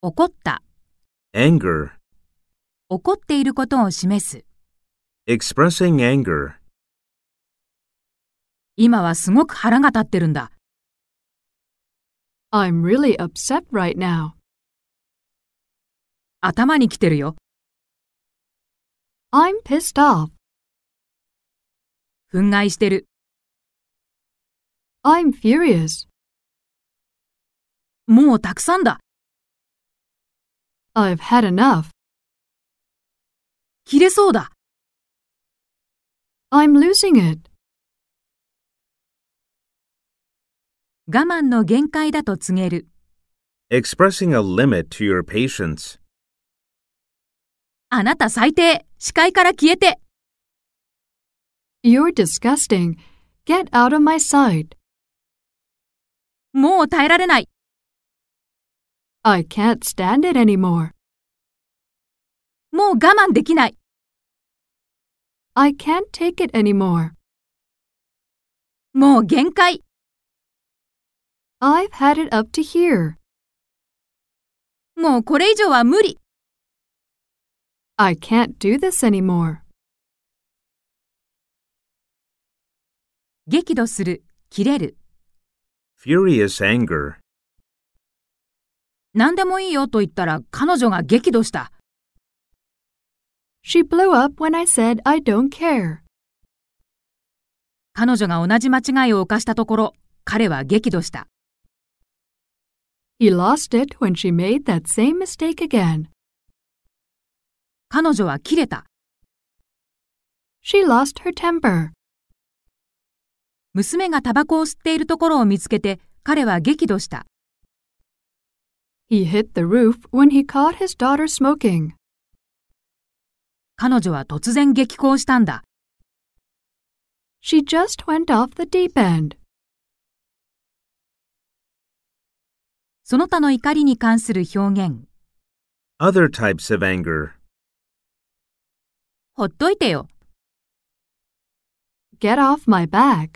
怒った、 Anger. 怒っていることを示す。 Expressing anger. 今はすごく腹が立ってるんだ。 I'm really upset right now. 頭に来てるよ。 I'm pissed off. 憤慨してる。 I'm furious. もうたくさんだ。 I've had enough. 切れそうだ。 I'm losing it. 我慢の限界だと告げる。 Expressing a limit to your patience. あなた最低視界から消えて You're disgusting. Get out of my sight. もう耐えられない I can't stand it anymore. もう我慢できない I can't take it anymore. もう限界 I've had it up to here. もうこれ以上は無理 I can't do this anymore. 激怒する切れる Furious anger. 何でもいいよと言ったら彼女が激怒した She blew up when I said I don't care. 彼女が同じ間違いを犯したところ彼は激怒した He lost it when she made that same mistake again. 彼女は切れた She lost her temper. 娘がタバコを吸っているところを見つけて彼は激怒した He hit the roof when he caught his daughter smoking. 彼女は突然激高したんだ She just went off the deep end. その他の怒りに関する表現 Other types of anger. ほっといてよ Get off my back.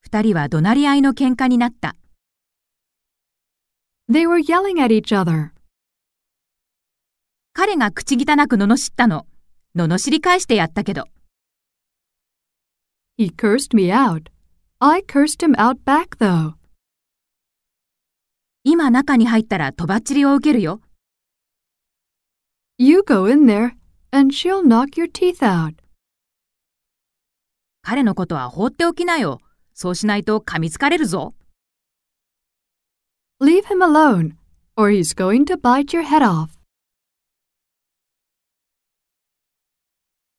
二人は怒鳴り合いの喧嘩になった They were yelling at each other. 彼が口汚く罵ったの。罵り返してやったけど、 He cursed me out. I cursed him out back though. 今中に入ったらとばっちりを受けるよ。 You go in there and she'll knock your teeth out. 彼のことは放っておきなよ。そうしないと噛みつかれるぞ。 Leave him alone or he's going to bite your head off.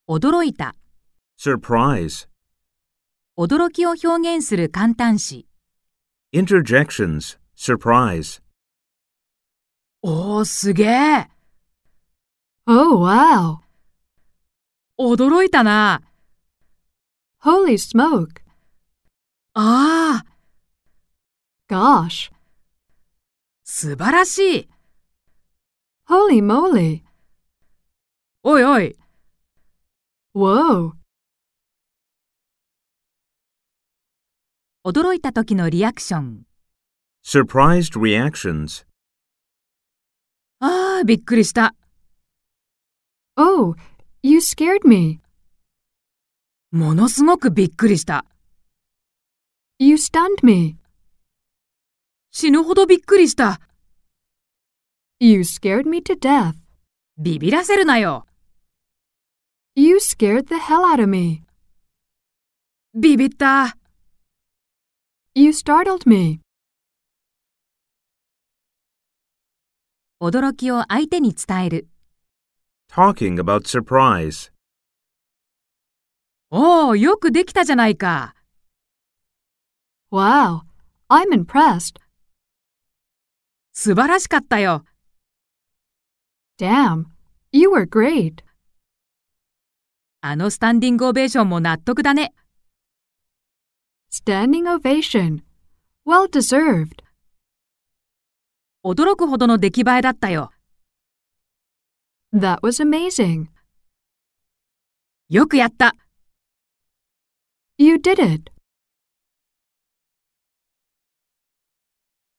驚いた。 Surprise. 驚きを表現する簡単詞。 Interjections. Surprise. おー、すげえ。 Oh wow! 驚いたな。 Holy smoke! ああ、 Gosh! 素晴らしい。 Holy moly! おいおい。 Whoa! 驚いた時のリアクション。 Surprised reactions. ああ、びっくりした。 Oh, you scared me. ものすごくびっくりした。 You stunned me. 死ぬほどびっくりした。 You scared me to death. ビビらせるなよ。 You scared the hell out of me. ビビった。 You startled me. 驚きを相手に伝える。 Talking about surprise. おお、よくできたじゃないか。 Wow! I'm impressed. 素晴らしかったよ。 Damn! You were great. あのスタンディングオベーションも納得だね。 Standing ovation. Well deserved. 驚くほどの出来栄えだったよ。 That was amazing. よくやった。 You did it.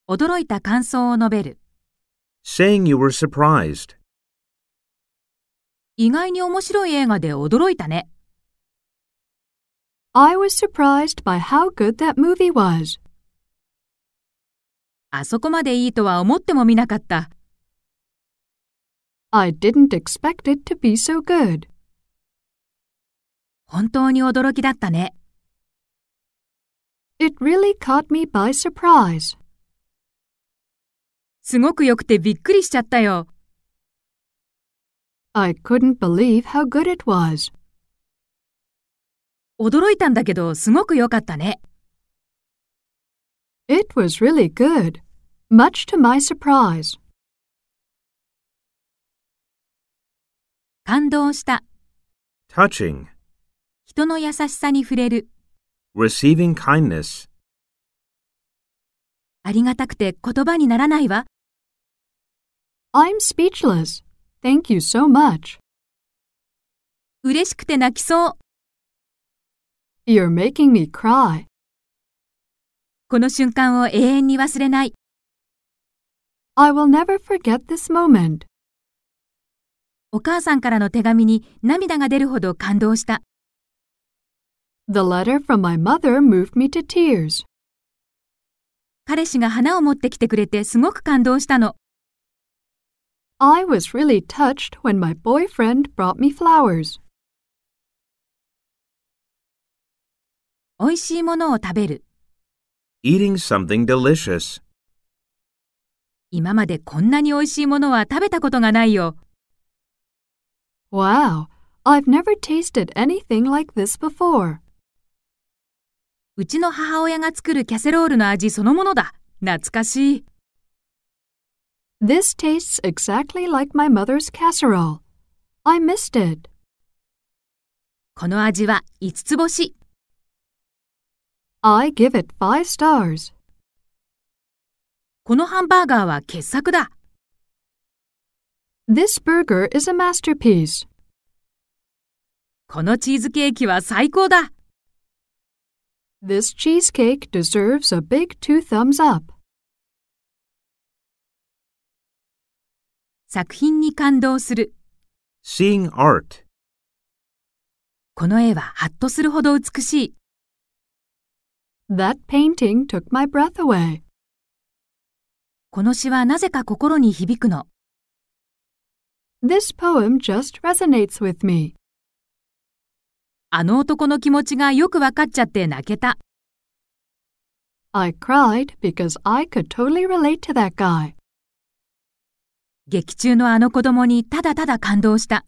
驚いた感想を述べる。 Saying you were surprised. 意外に面白い映画で驚いたね。 I was surprised by how good that movie was. あそこまでいいとは思ってもみなかった。 I didn't expect it to be so good. 本当に驚きだったね。 It really caught me by surprise. すごく良くてびっくりしちゃったよ。 I couldn't believe how good it was. 驚いたんだけど、すごく良かったね。 It was really good, much to my surprise. 感動した。 Touching. 人の優しさに触れる。 Receiving kindness. ありがたくて言葉にならないわ。 I'm speechless. Thank you so much. 嬉しくて泣きそう。 You're making me cry. この瞬間を永遠に忘れない。 I will never forget this moment. お母さんからの手紙に涙が出るほど感動した。 The letter from my mother moved me to tears. 彼氏が花を持ってきてくれてすごく感動したの。 I was really touched when my boyfriend brought me flowers. 美味しいものを食べる。 Eating something delicious. 今までこんなに美味しいものは食べたことがないよ。 Wow, I've never tasted anything like this before. うちの母親が作るキャセロールの味そのものだ。懐かしい。 This tastes exactly like my mother's casserole. I missed it. この味は5つ星。 I give it five stars. このハンバーガーは傑作だ。 This burger is a masterpiece. このチーズケーキは最高だ。 This cheesecake deserves a big two thumbs up. 作品に感動する。 Seeing art. この絵はハッとするほど美しい。 That painting took my breath away. この詩はなぜか心に響くの。 This poem just resonates with me. あの男の気持ちがよくわかっちゃって泣けた。 I cried because I could totally relate to that guy. 劇中のあの子供にただただ感動した。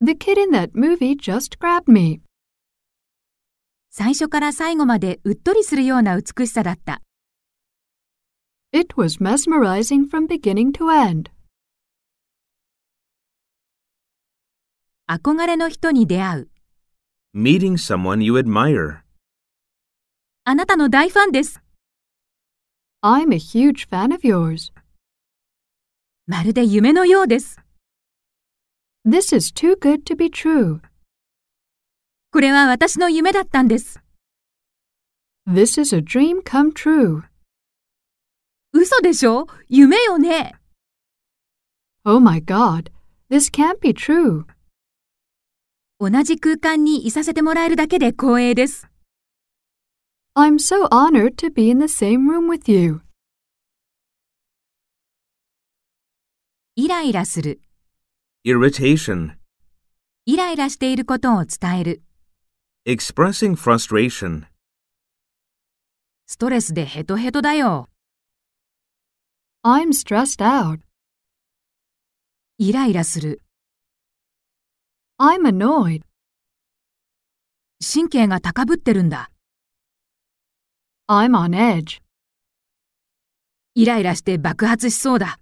The kid in that movie just grabbed me. 最初から最後までうっとりするような美しさだった。 It was mesmerizing from beginning to end. 憧れの人に出会う。 Meeting someone you admire. あなたの大ファンです。 I'm a huge fan of yours. まるで夢のようです。 This is too good to be true. これは私の夢だったんです。 This is a dream come true. 嘘でしょ夢よね。 Oh my god, this can't be true. 同じ空間にいさせてもらえるだけで光栄です。 I'm so honored to be in the same room with you. イライラする。 Irritation. イライラしていることを伝える。 Expressing frustration. ストレスでヘトヘトだよ。 I'm stressed out. イライラする。 I'm annoyed. 神経が高ぶってるんだ。 I'm on edge. イライラして爆発しそうだ。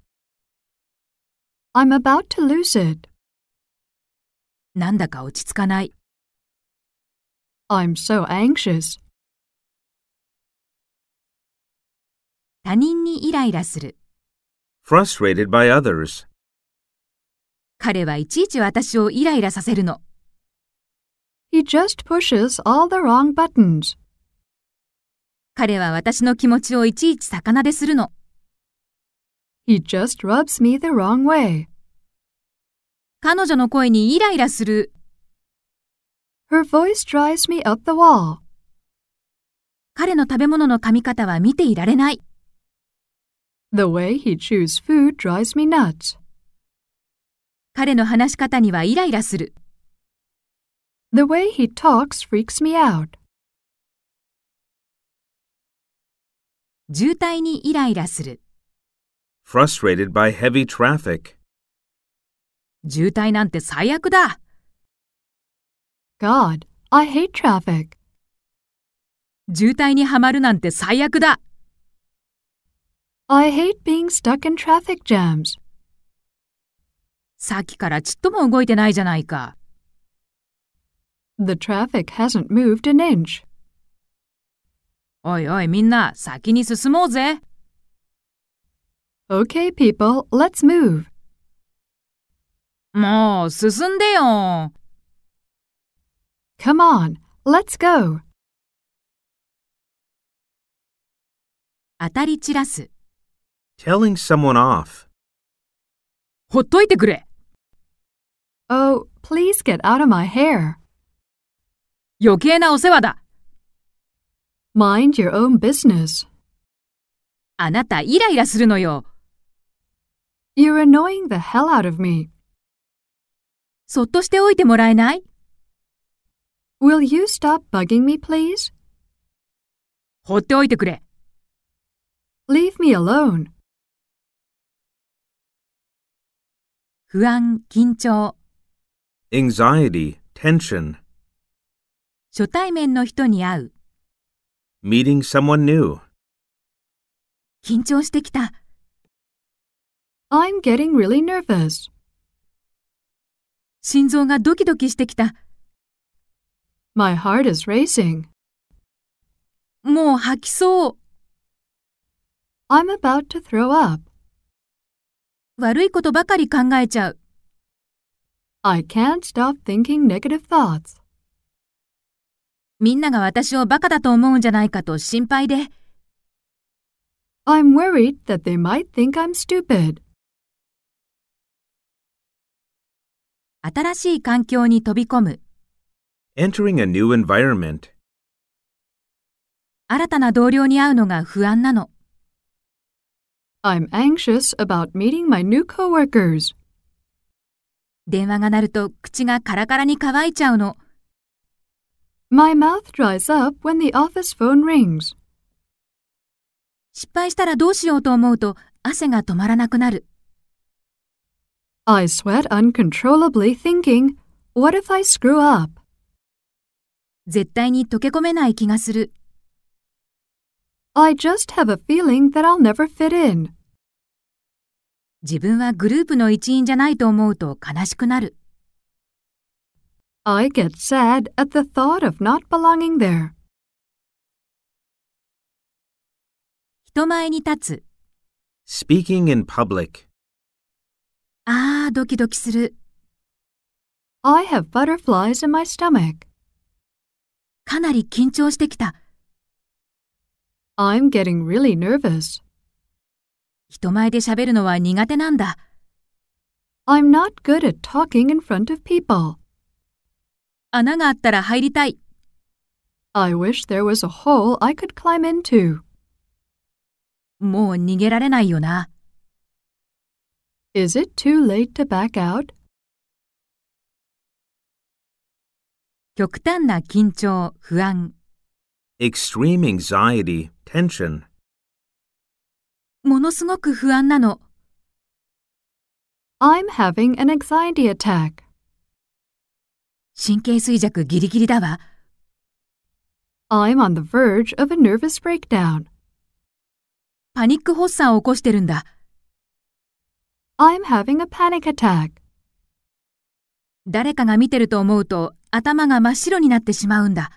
I'm about to lose it. なんだか落ち着かない。 I'm so anxious. 他人にイライラする。 Frustrated by others. 彼はいちいち私をイライラさせるの。 He just pushes all the wrong buttons. 彼は私の気持ちをいちいち逆なでするの。 He just rubs me the wrong way. 彼女の声にイライラする。 Her voice drives me up the wall. 彼の食べ物の噛み方は見ていられない。 The way he chews food drives me nuts. 彼の話し方にはイライラする。 The way he talks freaks me out. 渋滞にイライラする。 Frustrated by heavy traffic. 渋滞なんて最悪だ。 God, I hate traffic. 渋滞にはまるなんて最悪だ。 I hate being stuck in traffic jams. さっきからちっとも動いてないじゃないか。 The traffic hasn't moved an inch. おいおいみんな先に進もうぜ。 Okay, people, let's move. もう進んでよ。 Come on, let's go. 当たり散らす。 Telling someone off. ほっといてくれ。 Oh, please get out of my hair. 余計なお世話だ。 Mind your own business. あなたイライラするのよ。 You're annoying the hell out of me. そっとしておいてもらえない Will you stop bugging me, please? ほっておいてくれ。 Leave me alone. 不安、緊張。 Anxiety, tension. 初対面の人に会う。 Meeting someone new. 緊張してきた。 I'm getting really nervous. 心臓がドキドキしてきた。 My heart is racing. もう吐きそう。 I'm about to throw up. 悪いことばかり考えちゃう。 I can't stop thinking negative thoughts. みんなが私をバカだと思うんじゃないかと心配で、 I'm worried that they might think I'm stupid. 新しい環境に飛び込む。 Entering a new environment. 新たな同僚に会うのが不安なの。 I'm anxious about meeting my new coworkers. 電話が鳴ると口がカラカラに乾いちゃうの。 My mouth dries up when the office phone rings. 失敗したらどうしようと思うと汗が止まらなくなる。 I sweat uncontrollably thinking, what if I screw up? 絶対に溶け込めない気がする。 I just have a feeling that I'll never fit in. 自分はグループの一員じゃないと思うと悲しくなる。 I get sad at the thought of not belonging there. 人前に立つ。 Speaking in public. あードキドキする。 I have butterflies in my stomach. かなり緊張してきた。 I'm getting really nervous. 人前で喋るのは苦手なんだ。 I'm not good at talking in front of people. 穴があったら入りたい。 I wish there was a hole I could climb into. もう逃げられないよな。 Is it too late to back out? 極端な緊張、不安。 Extreme anxiety, tension. ものすごく不安なの。 I'm having an anxiety attack. 神経衰弱ギリギリだわ。 I'm on the verge of a nervous breakdown. パニック発作を起こしてるんだ。 I'm having a panic attack. 誰かが見てると思うと頭が真っ白になってしまうんだ。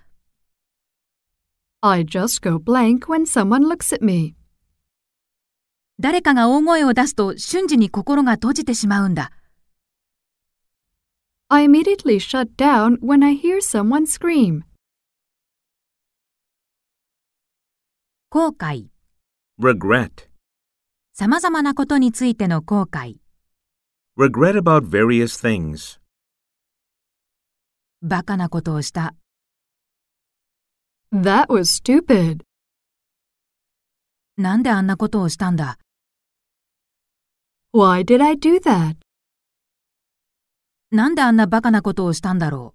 I just go blank when someone looks at me. 誰かが大声を出すと瞬時に心が閉じてしまうんだ。 I immediately shut down when I hear someone scream. 後悔。 Regret. 様々なことについての後悔、 regret about various things, バカなことをした、 That was stupid. なんであんなことをしたんだ、 Why did I do that? なんであんなバカなことをしたんだろ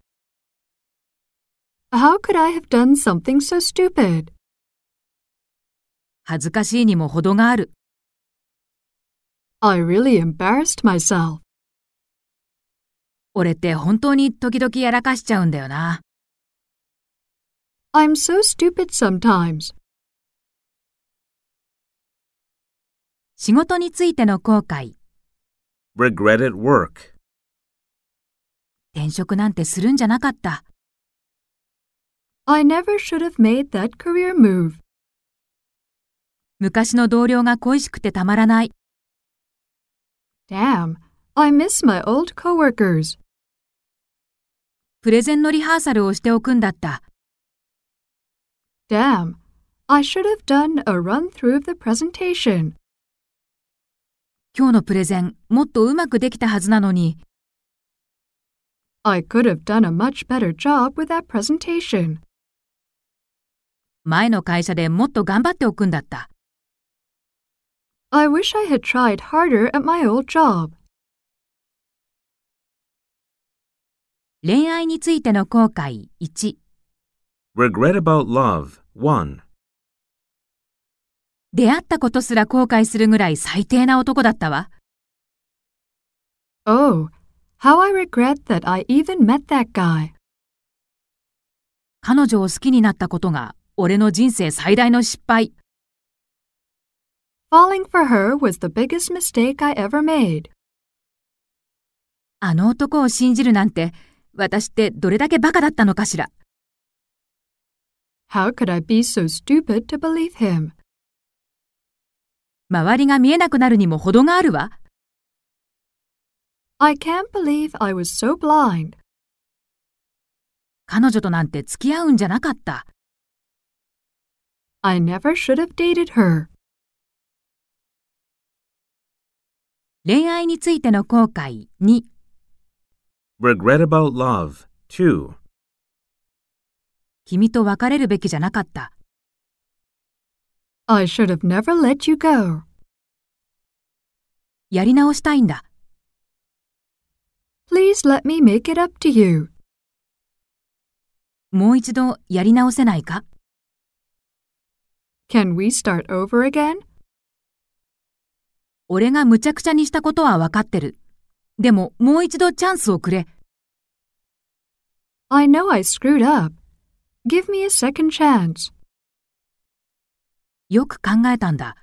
How could I have done something so stupid? う、恥ずかしいにも程がある、 I really embarrassed myself. 俺って本当に時々やらかしちゃうんだよな、 I'm so stupid sometimes. 仕事についての後悔、 regret at work, 転職なんてするんじゃなかった、 I never should have made that career move. 昔の同僚が恋しくてたまらない、 Damn, I miss my old coworkers. プレゼンのリハーサルをしておくんだった、 Damn, I should have done a run through of the presentation. 今日のプレゼンもっとうまくできたはずなのに、 I could have done a much better job with that presentation. 前の会社でもっと頑張っておくんだった。 I wish I had tried harder at my old job. 恋愛についての後悔1、 regret about love, 1, 出会ったことすら後悔するぐらい最低な男だったわ。 Oh, how I regret that I even met that guy. 彼女を好きになったことが俺の人生最大の失敗。 Falling for her was the biggest mistake I ever made. あの男を信じるなんて、私ってどれだけバカだったのかしら。 How could I be so stupid to believe him? 周りが見えなくなるにも程があるわ。 I can't believe I was so blind. 彼女となんて付き合うんじゃなかった。 I never should have dated her. 恋愛についての後悔2、 regret about love, 2, 君と別れるべきじゃなかった。 I should have never let you go. やり直したいんだ。 Please let me make it up to you. もう一度やり直せないか Can we start over again? 俺がむちゃくちゃにしたことは分かってる。でも、もう一度チャンスをくれ。 I know I screwed up. Give me a second chance. よく考えたんだ。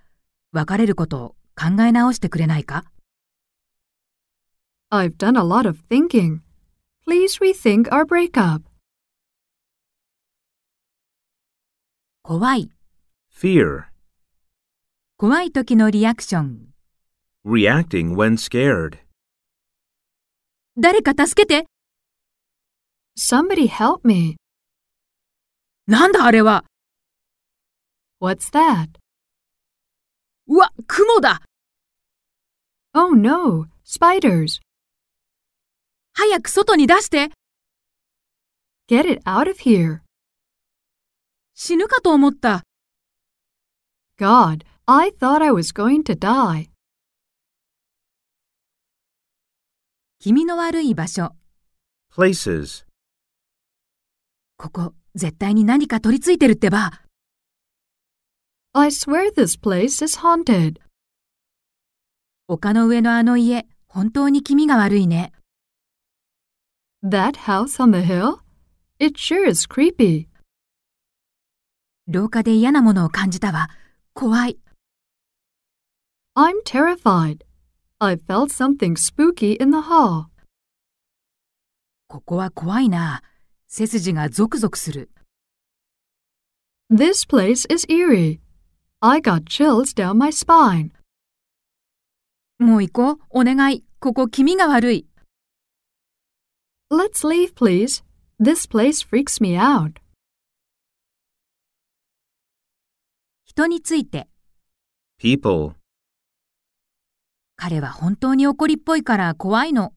別れることを考え直してくれないか I've done a lot of thinking. Please rethink our breakup. 怖い。 fear, 怖い時のリアクション。 reacting when scared, 誰か助けて Somebody help me. なんだあれは What's that? うわ、雲だ Oh no, spiders. 早く外に出して Get it out of here. 死ぬかと思った。 God, I thought I was going to die. 気味の悪い場所。 places, ここ、絶対に何か取り付いてるってば。 I swear this place is haunted. 丘の上のあの家、本当に気味が悪いね。 That house on the hill? It sure is creepy. 廊下で嫌なものを感じたわ。怖い。 I'm terrified. I felt something spooky in the hall. ここは怖いな。背筋がゾクゾクする。 This place is eerie. I got chills down my spine. もう行こう。お願い。ここ気味が悪い。 Let's leave, please. This place freaks me out. 人について。 people. 彼は本当に怒りっぽいから怖いの。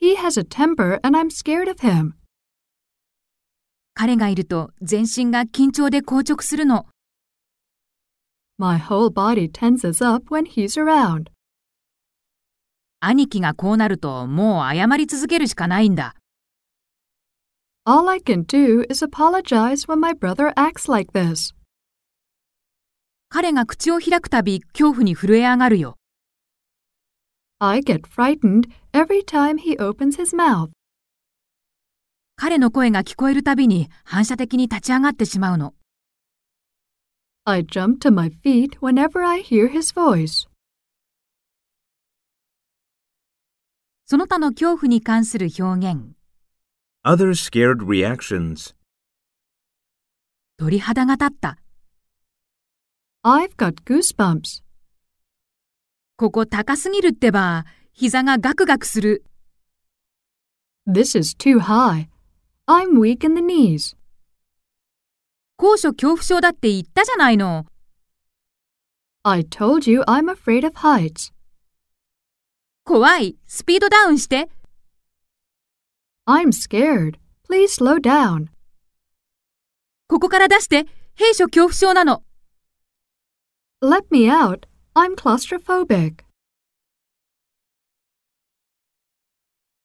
He has a temper and I'm scared of him. 彼がいると全身が緊張で硬直するの。 My whole body tenses up when he's around. 兄貴がこうなるともう謝り続けるしかないんだ。 All I can do is apologize when my brother acts like this. 彼が口を開くたび恐怖に震え上がるよ。 I get frightened every time he opens his mouth. 彼の声が聞こえるたびに反射的に立ち上がってしまうの。 I jump to my feet whenever I hear his voice. その他の恐怖に関する表現。 Other scared reactions. 鳥肌が立った。 I've got goosebumps. ここ高すぎるってば、膝がガクガクする。 This is too high. I'm weak in the knees. 高所恐怖症だって言ったじゃないの。 I told you I'm afraid of heights. 怖い。スピードダウンして。 I'm scared. Please slow down. ここから出して。兵所恐怖症なの。 Let me out. I'm claustrophobic.